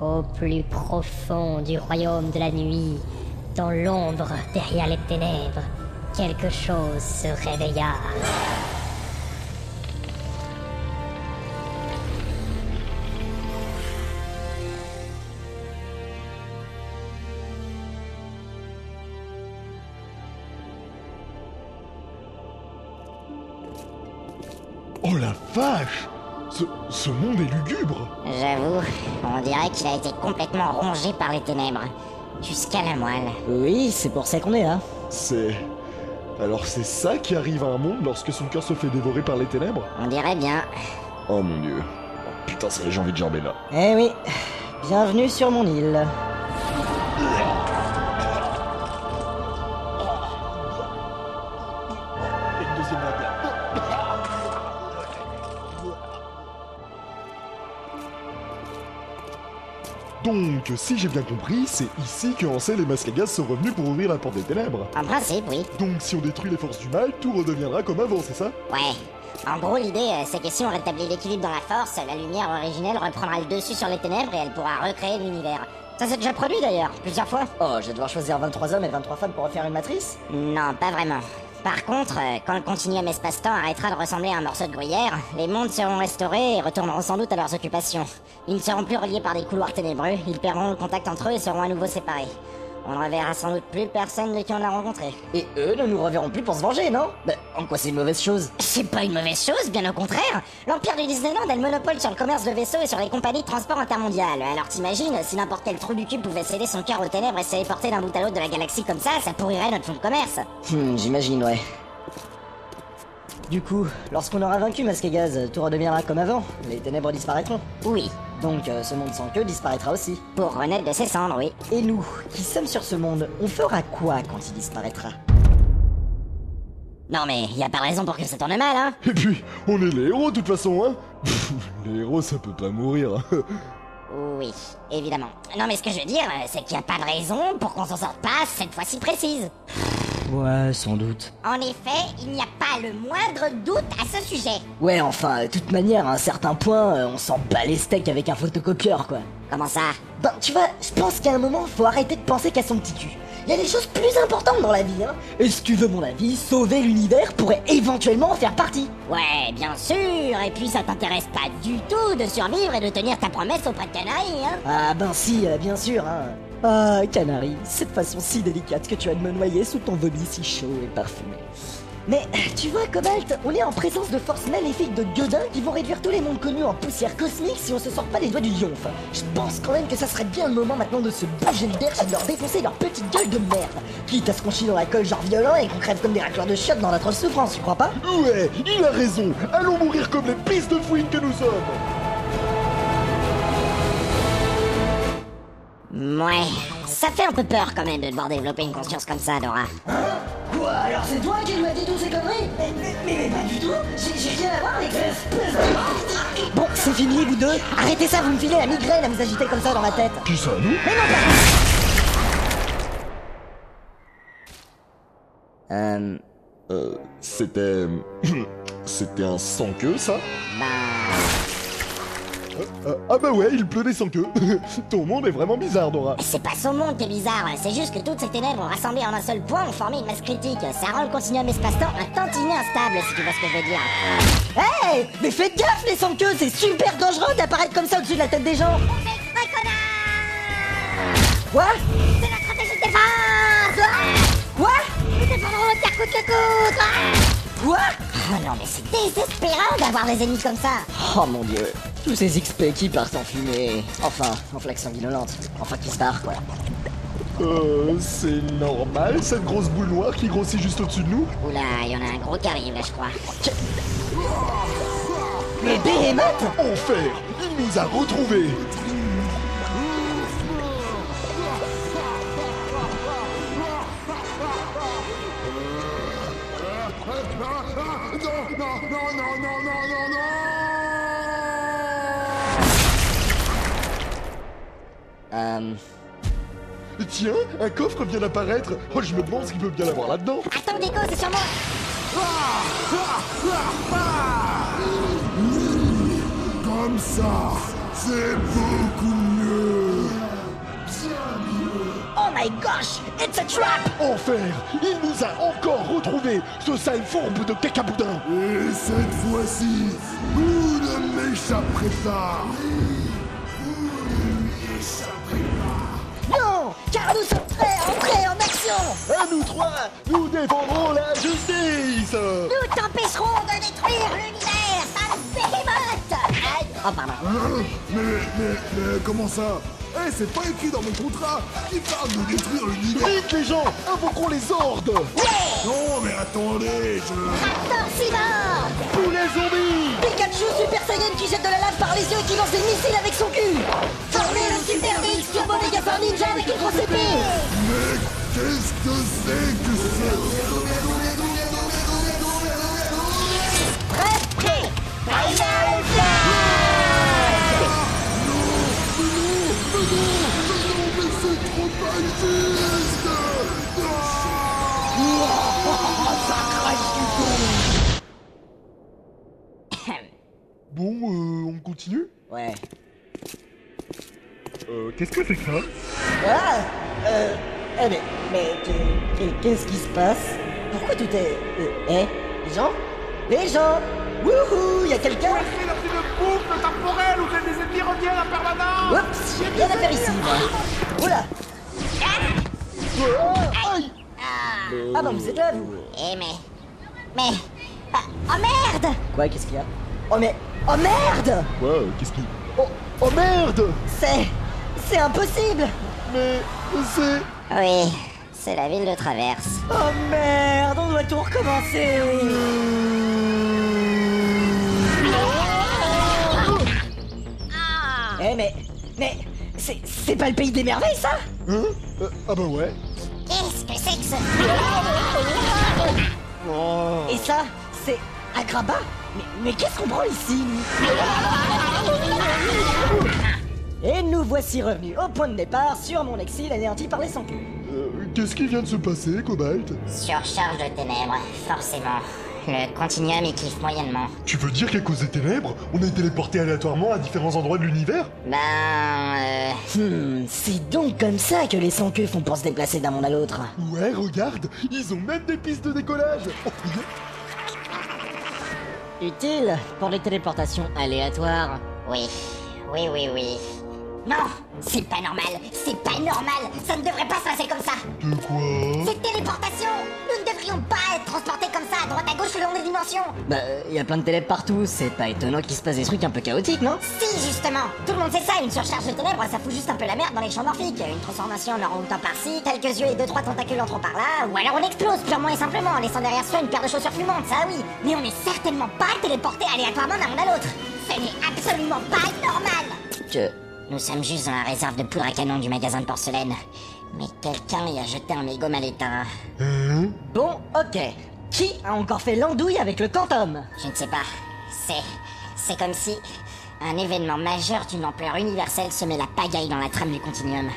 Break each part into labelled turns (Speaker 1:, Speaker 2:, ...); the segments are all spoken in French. Speaker 1: au plus profond du royaume de la nuit, dans l'ombre derrière les ténèbres, quelque chose se réveilla.
Speaker 2: Oh la vache ce, ce monde est lugubre
Speaker 3: J'avoue, on dirait qu'il a été complètement rongé par les ténèbres. Jusqu'à la moelle.
Speaker 4: Oui, c'est pour ça qu'on est là.
Speaker 2: C'est... Alors c'est ça qui arrive à un monde lorsque son cœur se fait dévorer par les ténèbres
Speaker 3: On dirait bien.
Speaker 2: Oh mon dieu. Hein Putain, ça y est, j'ai envie de gerber là.
Speaker 4: Eh oui, bienvenue sur mon île.
Speaker 2: Donc, si j'ai bien compris, c'est ici que Ansel et Mascagas sont revenus pour ouvrir la porte des ténèbres.
Speaker 3: En principe, oui.
Speaker 2: Donc, si on détruit les forces du mal, tout redeviendra comme avant, c'est ça
Speaker 3: Ouais. En gros, l'idée, euh, c'est que si on rétablit l'équilibre dans la force, la lumière originelle reprendra le dessus sur les ténèbres et elle pourra recréer l'univers. Ça s'est déjà produit d'ailleurs, plusieurs fois.
Speaker 4: Oh, je vais devoir choisir 23 hommes et 23 femmes pour refaire une matrice
Speaker 3: Non, pas vraiment. Par contre, euh, quand le continuum espace-temps arrêtera de ressembler à un morceau de gruyère, les mondes seront restaurés et retourneront sans doute à leurs occupations. Ils ne seront plus reliés par des couloirs ténébreux, ils perdront le contact entre eux et seront à nouveau séparés. On ne reverra sans doute plus personne de qui on l'a rencontré.
Speaker 4: Et eux ne nous reverront plus pour se venger, non Bah, en quoi c'est une mauvaise chose
Speaker 3: C'est pas une mauvaise chose, bien au contraire. L'Empire du Disneyland a le monopole sur le commerce de vaisseaux et sur les compagnies de transport intermondial. Alors t'imagines, si n'importe quel trou du cul pouvait céder son cœur aux ténèbres et se téléporter d'un bout à l'autre de la galaxie comme ça, ça pourrirait notre fonds de commerce.
Speaker 4: Hmm, j'imagine, ouais. Du coup, lorsqu'on aura vaincu Masque et Gaz, tout redeviendra comme avant. Les ténèbres disparaîtront.
Speaker 3: Oui,
Speaker 4: Donc, euh, ce monde sans queue disparaîtra aussi.
Speaker 3: pour renaître de ses cendres, oui.
Speaker 4: Et nous, qui sommes sur ce monde, on fera quoi quand il disparaîtra
Speaker 3: Non mais, y a pas de raison pour que ça tourne mal, hein
Speaker 2: Et puis, on est les héros de toute façon, hein Pff, Les héros, ça peut pas mourir. hein.
Speaker 3: Oui, évidemment. Non mais ce que je veux dire, euh, c'est qu'il n'y a pas de raison pour qu'on s'en sorte pas cette fois-ci précise.
Speaker 4: Ouais, sans doute.
Speaker 3: En effet, il n'y a pas le moindre doute à ce sujet.
Speaker 4: Ouais, enfin, de toute manière, à un certain point, euh, on s'en bat les steaks avec un photocopieur, quoi.
Speaker 3: Comment ça
Speaker 4: Ben, tu vois, je pense qu'à un moment, faut arrêter de penser qu'à son petit cul. Il y a des choses plus importantes dans la vie, hein. Et si tu veux mon avis, sauver l'univers pourrait éventuellement en faire partie.
Speaker 3: Ouais, bien sûr, et puis ça t'intéresse pas du tout de survivre et de tenir ta promesse auprès de Canary, hein
Speaker 4: Ah ben si, euh, bien sûr, hein. Ah, Canary, cette façon si délicate que tu as de me noyer sous ton vomi si chaud et parfumé. Mais tu vois, Cobalt, on est en présence de forces maléfiques de gueudins qui vont réduire tous les mondes connus en poussière cosmique si on se sort pas les doigts du lion. Enfin, je pense quand même que ça serait bien le moment maintenant de se bouger le berge et de leur défoncer leur petite gueule de merde. Quitte à se qu'on chie dans la colle genre violent et qu'on crève comme des racleurs de chiottes dans notre souffrance, tu crois pas
Speaker 2: ouais, il a raison Allons mourir comme les pistes de fouines que nous sommes
Speaker 3: Ouais, ça fait un peu peur quand même de devoir développer une conscience comme ça, Dora.
Speaker 4: Quoi Alors c'est toi qui lui as dit toutes ces conneries mais, mais, pas du tout J'ai rien à voir avec Bon, c'est fini vous deux Arrêtez ça, vous me filez la migraine à vous agiter comme ça dans la tête
Speaker 2: Tout ça, nous
Speaker 4: Euh...
Speaker 2: Euh, c'était... c'était un sans queue, ça
Speaker 3: Bah...
Speaker 2: Euh, Ah bah ouais, il pleuvait sans queue Ton monde est vraiment bizarre, Dora
Speaker 3: C'est pas son monde qui est bizarre, c'est juste que toutes ces ténèbres rassemblées en un seul point ont formé une masse critique. Ça rend le continuum espace-temps un tantinet instable, si tu vois ce que je veux dire.
Speaker 4: Hey Mais faites gaffe les sans queues C'est super dangereux d'apparaître comme ça au-dessus de la tête des gens
Speaker 3: On fait exprès, connard
Speaker 4: Quoi
Speaker 3: C'est la stratégie de défense
Speaker 4: Quoi
Speaker 3: Nous défendrons le terre coûte que coûte
Speaker 4: Quoi
Speaker 3: Oh non, mais c'est désespérant d'avoir des ennemis comme ça
Speaker 4: Oh mon dieu Tous ces XP qui partent en fumée Enfin, en flaque sanguinolente. Enfin qui se barrent quoi.
Speaker 2: Euh, c'est normal, cette grosse boule noire qui grossit juste au-dessus de nous
Speaker 3: Oula, il y en a un gros qui arrive là, je crois.
Speaker 4: Mais Behemoth
Speaker 2: Enfer Il nous a retrouvés
Speaker 4: Euh...
Speaker 2: Tiens, un coffre vient d'apparaître Oh, je me demande ce qu'il peut bien avoir là-dedans
Speaker 3: Attends, Déco, c'est sur moi
Speaker 5: Comme ça, c'est beaucoup mieux.
Speaker 4: Oh my gosh, it's a trap
Speaker 2: Enfer Il nous a encore retrouvés, ce sale fourbe de cacaboudin
Speaker 5: Et cette fois-ci, vous ne m'échapperez pas Vous ne m'échapperez pas
Speaker 4: Non Car nous sommes prêts à entrer en action
Speaker 2: À nous trois, nous défendrons la justice
Speaker 3: Nous t'empêcherons de détruire l'univers, sale behemoth Aïe Oh pardon.
Speaker 5: Hein mais, mais, mais comment ça Eh, c'est pas écrit dans mon contrat qui parle de détruire l'univers
Speaker 2: Vite les gens, invoquons les hordes
Speaker 5: Non, mais attendez, je...
Speaker 3: Torsidor
Speaker 2: Poulet zombie
Speaker 4: Pikachu Super Saiyan qui jette de la lave par les yeux et qui lance des missiles avec son cul Formez le Super Mix Turbo Megafin Ninja avec une grosse épée
Speaker 5: Mais qu'est-ce que c'est que ce... Mais c'est trop pas juste
Speaker 2: Bon, euh, on continue
Speaker 4: Ouais.
Speaker 2: Euh, qu'est-ce que c'est que ça
Speaker 4: Ah Euh... Eh mais... Mais... que- que- Qu'est-ce qui se passe Pourquoi tout est... euh, eh Les gens Les gens Wouhou Y'a quelqu'un
Speaker 6: C'est la fille de boucle temporelle où j'ai des ennemis reviennent à permanence
Speaker 4: Oups Rien à faire ici moi. Oula Oh,
Speaker 2: Ah, Aïe
Speaker 4: Ah non, vous êtes là vous
Speaker 3: Eh mais... Mais... Ah, Oh merde
Speaker 4: Quoi Qu'est-ce qu'il y a Oh mais... Oh merde
Speaker 2: Quoi euh, Qu'est-ce qui... Oh, oh merde
Speaker 4: C'est... C'est impossible
Speaker 2: Mais c'est... hein
Speaker 3: Oui, c'est la ville de Traverse.
Speaker 4: Oh merde On doit tout recommencer Eh mais... Mais... C'est... C'est pas le pays des merveilles ça
Speaker 2: Hein Euh, Ah bah ouais
Speaker 3: Qu'est-ce que c'est que ce...
Speaker 2: Oh.
Speaker 4: Et ça, c'est Agraba Mais, mais qu'est-ce qu'on prend ici, nous Et nous voici revenus au point de départ sur mon exil anéanti par les sans
Speaker 2: Euh, Qu'est-ce qui vient de se passer, Cobalt
Speaker 3: Surcharge de ténèbres, forcément. Le continuum y kiffe moyennement.
Speaker 2: Tu veux dire qu'à cause des ténèbres, on est téléporté aléatoirement à différents endroits de l'univers
Speaker 3: Ben... Euh...
Speaker 4: Hmm, c'est donc comme ça que les sans font pour se déplacer d'un monde à l'autre.
Speaker 2: Ouais, regarde Ils ont même des pistes de décollage Oh,
Speaker 4: Utile pour les téléportations aléatoires.
Speaker 3: Oui, oui, oui, oui. Non C'est pas normal C'est pas normal Ça ne devrait pas se passer comme ça
Speaker 2: De quoi
Speaker 3: Cette téléportation Nous ne devrions pas être transportés comme ça, à droite à gauche selon les dimensions
Speaker 4: Bah, y a plein de télépes partout, c'est pas étonnant qu'il se passe des trucs un peu chaotiques, non
Speaker 3: Si, justement Tout le monde sait ça, une surcharge de ténèbres, ça fout juste un peu la merde dans les champs morphiques. Une transformation en orang-outan par-ci, quelques yeux et deux trois tentacules en trop par-là, ou alors on explose purement et simplement en laissant derrière soi une paire de chaussures fumantes, ça oui Mais on n'est certainement pas téléportés aléatoirement d'un monde à l'autre Ce n'est absolument pas normal
Speaker 4: Que...
Speaker 3: euh, Nous sommes juste dans la réserve de poudre à canon du magasin de porcelaine. Mais quelqu'un y a jeté un mégot mal éteint.
Speaker 2: Hein
Speaker 4: Bon, ok. Qui a encore fait l'andouille avec le quantum
Speaker 3: Je ne sais pas. C'est. C'est comme si. Un événement majeur d'une ampleur universelle se met la pagaille dans la trame du continuum.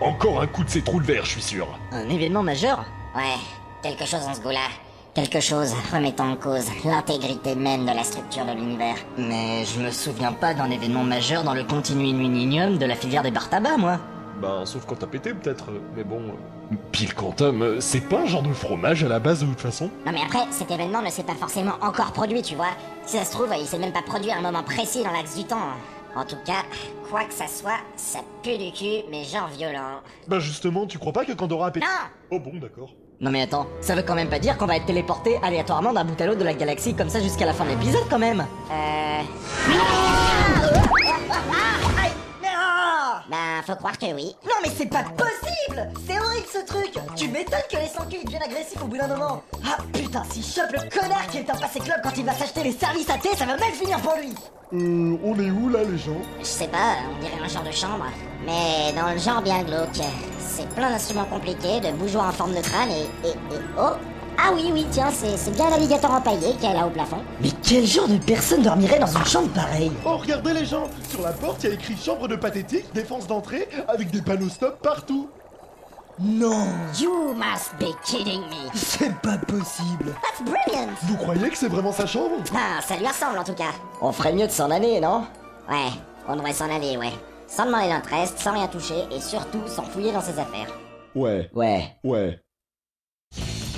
Speaker 2: Encore un coup de ces trous de verre, je suis sûr
Speaker 4: Un événement majeur
Speaker 3: Ouais, quelque chose en ce goût-là. Quelque chose remettant en cause l'intégrité même de la structure de l'univers.
Speaker 4: Mais je me souviens pas d'un événement majeur dans le continuum de la filière des bars tabac, moi.
Speaker 2: Ben, sauf quand t'as pété, peut-être, euh, mais bon... Pile quantum, euh, c'est pas un genre de fromage à la base, de toute façon
Speaker 3: Non mais après, cet événement ne s'est pas forcément encore produit, tu vois. Si ça se trouve, il s'est même pas produit à un moment précis dans l'axe du temps. En tout cas, quoi que ça soit, ça pue du cul, mais genre violent.
Speaker 2: Ben justement, tu crois pas que Pandora a pété...
Speaker 3: Non
Speaker 2: Oh bon, d'accord.
Speaker 4: Non mais attends, Ah ça veut quand même pas dire qu'on va être téléporté aléatoirement d'un bout à l'autre de la galaxie comme ça jusqu'à la fin de l'épisode quand même
Speaker 3: Euh...
Speaker 4: Aïe Non
Speaker 3: Ben, faut croire que oui.
Speaker 4: ah Non mais c'est pas possible C'est horrible ce truc Tu m'étonnes que les sans-culs deviennent agressifs au bout d'un moment Ah putain, si chope le connard qui est un passé club quand il va s'acheter les services à thé, ça va mal finir pour lui
Speaker 2: Euh, on est où, là, les gens
Speaker 3: Je sais pas, on dirait un genre de chambre. Mais dans le genre bien glauque. C'est plein d'instruments compliqués, de bougeoirs en forme de crâne et... et, et- oh Ah oui, oui, tiens, c'est c'est bien l'alligator empaillé qui est là au plafond.
Speaker 4: Mais quel genre de personne dormirait dans une chambre pareille
Speaker 2: Oh, regardez les gens Sur la porte, il y a écrit chambre de pathétique, défense d'entrée, avec des panneaux stop partout
Speaker 4: Non
Speaker 3: You must be kidding me
Speaker 4: C'est pas possible
Speaker 3: That's brilliant
Speaker 2: Vous croyez que c'est vraiment sa chambre
Speaker 3: Ah, ça lui ressemble en tout cas.
Speaker 4: On ferait mieux de s'en aller, non
Speaker 3: Ouais, on devrait s'en aller, ouais. sans demander notre reste, sans rien toucher et surtout sans fouiller dans ses affaires.
Speaker 7: Ouais,
Speaker 4: Ouais.
Speaker 7: ouais.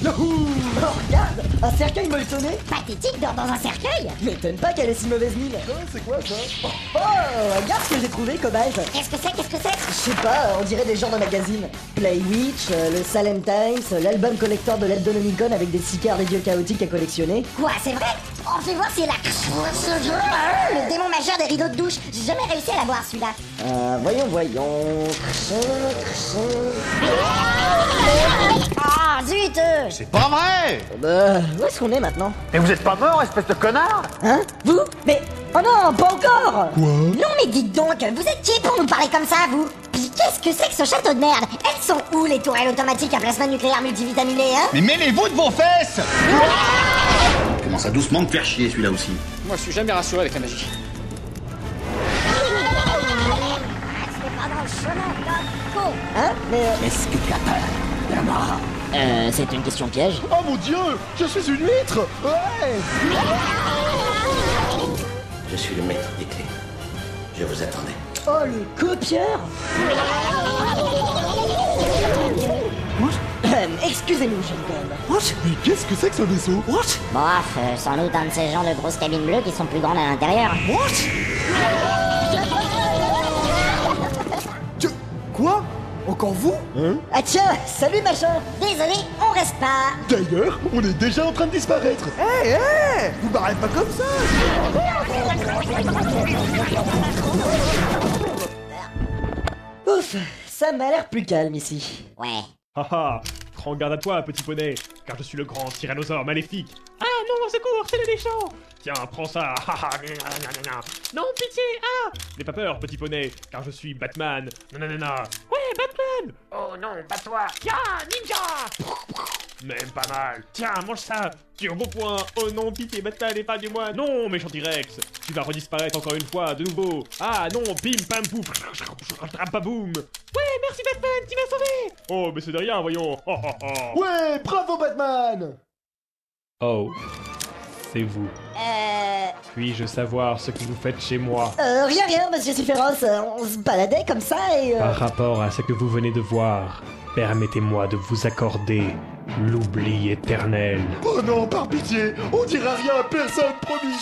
Speaker 4: Yahoo Oh, regarde Un cercueil molletonné
Speaker 3: Pathétique dort dans un cercueil
Speaker 4: M'étonne pas qu'elle ait si mauvaise mine
Speaker 5: c'est quoi ça
Speaker 4: Oh, oh, regarde ce que j'ai trouvé, Cobalt
Speaker 3: Qu'est-ce que c'est Qu'est-ce que c'est
Speaker 4: Je sais pas, on dirait des genres de magazines. Play Witch, euh, le Salem Times, euh, l'album collector de l'Hebdonomicon avec des stickers des dieux chaotiques à collectionner.
Speaker 3: Quoi, c'est vrai On fait voir si elle a... Hein, Le démon majeur des rideaux de douche J'ai jamais réussi à la voir, celui-là
Speaker 4: Euh, voyons, voyons. Crchon, crchon.
Speaker 3: Oh, zut euh,
Speaker 6: C'est pas vrai
Speaker 4: Euh, où est-ce qu'on est maintenant
Speaker 6: Mais vous êtes pas mort, espèce de connard
Speaker 4: Hein Vous Mais. Oh non, pas encore
Speaker 3: Non, mais dites donc, vous êtes qui pour nous parler comme ça, vous Puis qu'est-ce que c'est que ce château de merde Elles sont où, les tourelles automatiques à plasma nucléaire multivitaminé, hein
Speaker 8: Mais mêlez-vous de vos fesses
Speaker 9: commence à doucement me faire chier celui-là aussi.
Speaker 10: Moi, je suis jamais rassuré avec la magie.
Speaker 4: Hein Mais. euh,
Speaker 9: Est-ce que tu as peur de la mort
Speaker 4: Euh, c'est une question piège.
Speaker 2: Oh mon dieu Je suis une huître Ouais
Speaker 9: Je suis le maître des clés. Je vous attendais.
Speaker 4: Oh, le copieur Euh, Excusez-nous, jeune homme.
Speaker 5: Mais qu'est-ce que c'est que ce vaisseau
Speaker 3: Bref, euh, sans doute un de ces gens de grosses cabines bleues qui sont plus grandes à l'intérieur.
Speaker 5: Quoi Encore vous
Speaker 4: Ah tiens, salut machin
Speaker 3: Désolé, on reste pas
Speaker 2: D'ailleurs, on est déjà en train de disparaître
Speaker 5: Eh, Vous barrez pas comme ça
Speaker 4: Ouf, ça m'a l'air plus calme ici.
Speaker 3: Ouais.
Speaker 11: Haha, prends Ah, garde à toi, petit poney, car je suis le grand tyrannosaure maléfique. Ah non, au secours, c'est le méchant Tiens, prends ça, haha, gna, gna, gna, gna. Non, pitié, ah N'aie pas peur, petit poney, car je suis Batman. Nanana. Ouais, Batman Oh non, pas toi Tiens, ninja Même pas mal. Tiens, mange ça Turbo point Oh non, pitié, Batman, épargne-moi Non, méchant T-Rex Tu vas redisparaître encore une fois, de nouveau Ah non, pim, pam, pouf Trampaboum Ouais, merci Batman, tu m'as sauvé Oh, mais c'est de rien, voyons Oh, oh, oh.
Speaker 5: Ouais, bravo Batman
Speaker 11: Oh, c'est vous.
Speaker 3: Euh...
Speaker 11: Puis-je savoir ce que vous faites chez moi
Speaker 4: Euh, rien, rien, monsieur Siféros, euh, on se baladait comme ça et... euh,
Speaker 11: Par rapport à ce que vous venez de voir, permettez-moi de vous accorder l'oubli éternel.
Speaker 2: Oh non, par pitié On dira rien à personne, promis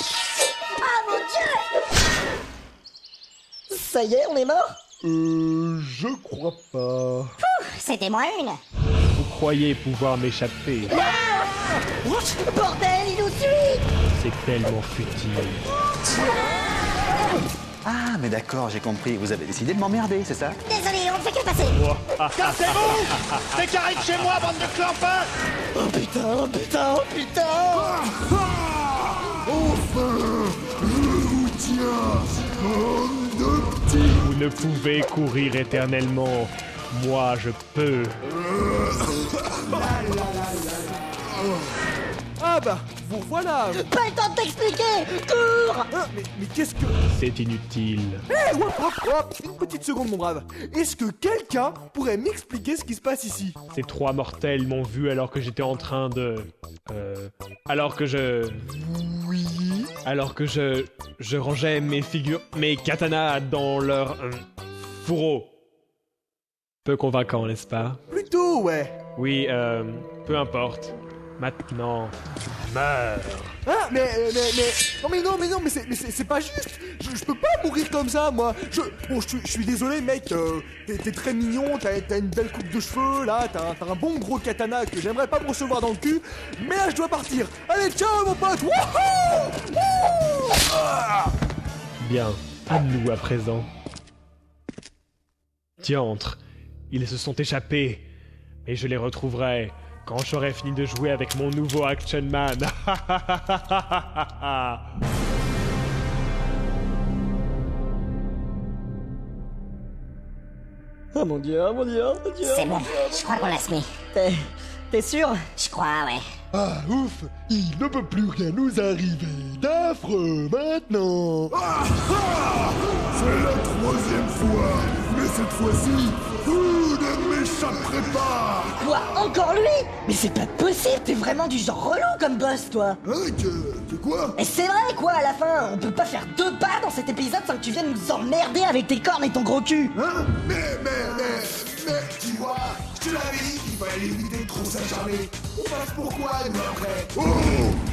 Speaker 4: Ça y est, on est mort
Speaker 2: Euh... Je crois pas...
Speaker 3: C'était moi une
Speaker 11: Vous croyez pouvoir m'échapper
Speaker 4: Bordel, il nous suit
Speaker 11: C'est tellement futile.
Speaker 8: Ah, mais d'accord, j'ai compris. Vous avez décidé de m'emmerder, c'est ça
Speaker 3: Désolé, on ne fait que passer
Speaker 8: T'es carré de chez moi, bande de clampins
Speaker 4: Oh putain, oh putain, oh putain
Speaker 5: Enfin Je vous tiens Homme de petit
Speaker 11: Vous ne pouvez courir éternellement. Moi, je peux.
Speaker 5: Ah bah, vous voilà
Speaker 4: Pas le temps de t'expliquer Cours
Speaker 5: Hein, mais, mais qu'est-ce que...
Speaker 11: C'est inutile.
Speaker 5: Eh, hop, hop, hop Une petite seconde, mon brave Est-ce que quelqu'un pourrait m'expliquer ce qui se passe ici
Speaker 11: Ces trois mortels m'ont vu alors que j'étais en train de... euh, alors que je...
Speaker 5: Oui
Speaker 11: Alors que je... Je rangeais mes figures... Mes katanas dans leur... euh, fourreau. Peu convaincant, n'est-ce pas
Speaker 5: Plutôt, ouais
Speaker 11: Oui, euh... Peu importe. Maintenant... Meurs
Speaker 5: Ah, mais, euh, mais, mais... Non, mais non, mais non, mais c'est, mais c'est, c'est pas juste je, je peux pas mourir comme ça, moi Je... Bon, je, suis- je suis désolé, mec, euh, t'es, t'es très mignon, t'as, t'as une belle coupe de cheveux, là, t'as, un- t'as un bon gros katana que j'aimerais pas me recevoir dans le cul, mais là, je dois partir Allez, ciao, mon pote Wouhou Wouh Ah
Speaker 11: Bien, à nous à présent. Diantre, ils se sont échappés, mais je les retrouverai quand j'aurai fini de jouer avec mon nouveau Action Man.
Speaker 4: Oh mon dieu, oh mon dieu, oh mon dieu
Speaker 3: C'est bon, je crois qu'on l'a semé.
Speaker 4: T'es- T'es sûr
Speaker 3: Je crois, ouais.
Speaker 2: Ah ouf Il ne peut plus rien nous arriver d'affreux maintenant
Speaker 5: Ah, ah C'est la troisième fois, mais cette fois-ci, vous ne
Speaker 8: ça prépare
Speaker 12: Quoi Encore lui Mais c'est pas possible, t'es vraiment du genre relou comme boss, toi
Speaker 8: Hein, que- que quoi
Speaker 12: Et c'est vrai, quoi, à la fin On peut pas faire deux pas dans cet épisode sans que tu viennes nous emmerder avec tes cornes et ton gros cul
Speaker 8: Hein Mais, mais, mais, mais, tu vois, je te l'avais dit qu'il fallait éviter de trop s'acharner. On passe pourquoi, mais après.
Speaker 11: Oh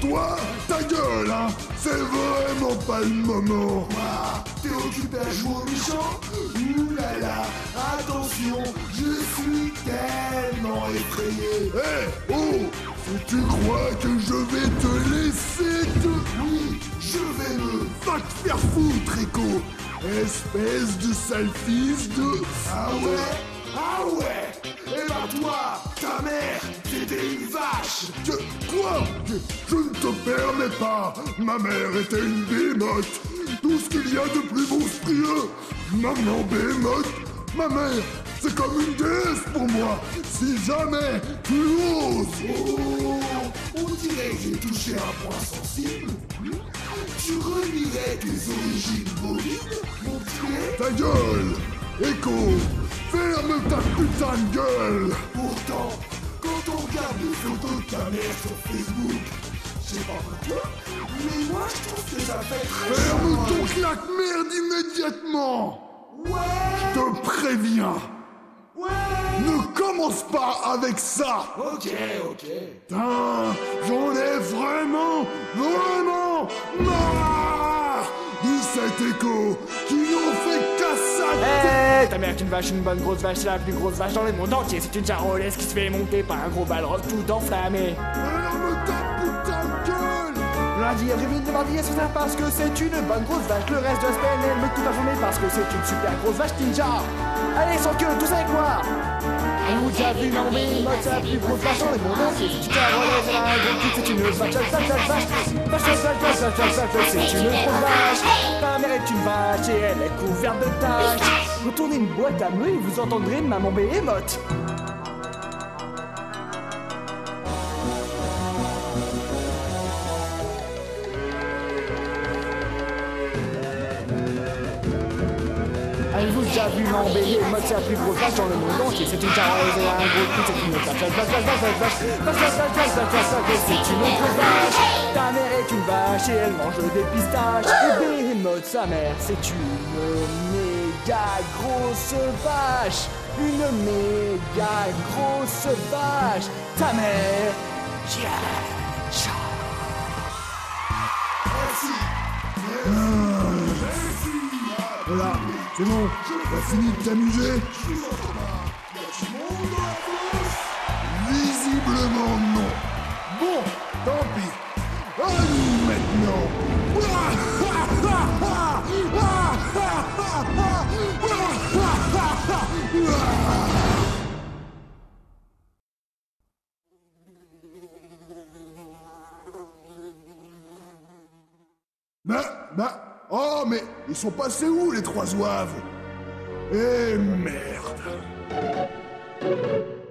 Speaker 11: Toi, ta gueule, hein C'est vraiment pas le moment
Speaker 8: Ah, t'es occupé à jouer au méchant Ouh là là, attention, je suis tellement effrayé.
Speaker 11: Eh Oh Si tu crois que je vais te laisser te... Oui, je vais me... Va te faire foutre, Echo Espèce de sale fils de...
Speaker 8: Ah ouais Ah ouais
Speaker 11: Eh
Speaker 8: Et
Speaker 11: ben,
Speaker 8: bah toi, ta mère, t'étais une vache
Speaker 11: Que... Quoi Que- Je ne te permets pas Ma mère était une bémote Tout ce qu'il y a de plus monstrueux Maman bémote Ma mère, c'est comme une déesse pour moi Si jamais tu oses
Speaker 8: Oh, on dirait que j'ai touché un point sensible. Tu renierais tes origines bovines, mon petit
Speaker 11: Ta gueule Echo Ferme ta putain de gueule
Speaker 8: Pourtant, quand on regarde les photos de ta mère sur Facebook, je sais pas pourquoi, mais moi je trouve que ça fait très
Speaker 11: Ferme
Speaker 8: charmant.
Speaker 11: ton claque-merde immédiatement
Speaker 8: Ouais,
Speaker 11: Je te préviens Ne commence pas avec ça
Speaker 8: ok, ok.
Speaker 11: Putain, j'en ai vraiment, vraiment marre de cet écho qui n'en fait qu'à sa
Speaker 4: Hey, Eh, ta mère est une vache, une bonne grosse vache, c'est la plus grosse vache dans le monde entier. C'est une charolaise qui se fait monter par un gros balrog tout enflammé.
Speaker 8: Lundi, mercredi, mardi, est-ce que ça parce que c'est une bonne grosse vache Le reste de la semaine, elle me toute la journée parce que c'est une super grosse vache ninja Allez, sans queue, tous avec moi Elle vous a vu non mais moi, c'est la plus grosse vache dans le monde entier C'est une carolaise, elle a un gros cul, c'est une vache, vache, vache, vache, vache Vache, vache, vache, vache, vache, vache, vache, c'est une grosse vache Ah,
Speaker 4: Ta mère est une vache et elle est couverte de taches. Vous tournez une boîte à moules et vous entendrez maman Behemoth. Elle vous a vu l'embellir, mode c'est la plus grosse vache dans le monde entier. C'est une carolaise et un gros cul, c'est une vache, vache, vache, vache, vache, vache, vache, vache, vache, vache, vache, vache, vache, c'est une autre vache. Ta mère est une vache et elle mange des pistaches. Et Behemoth, sa mère, c'est une méga grosse vache. Une méga grosse vache. Ta mère, yeah,
Speaker 11: Voilà, c'est bon, t'as fini de t'amuser Visiblement non. Bon, tant pis. Allons maintenant Mais, mais, oh, mais ils sont passés où les trois zouaves Eh merde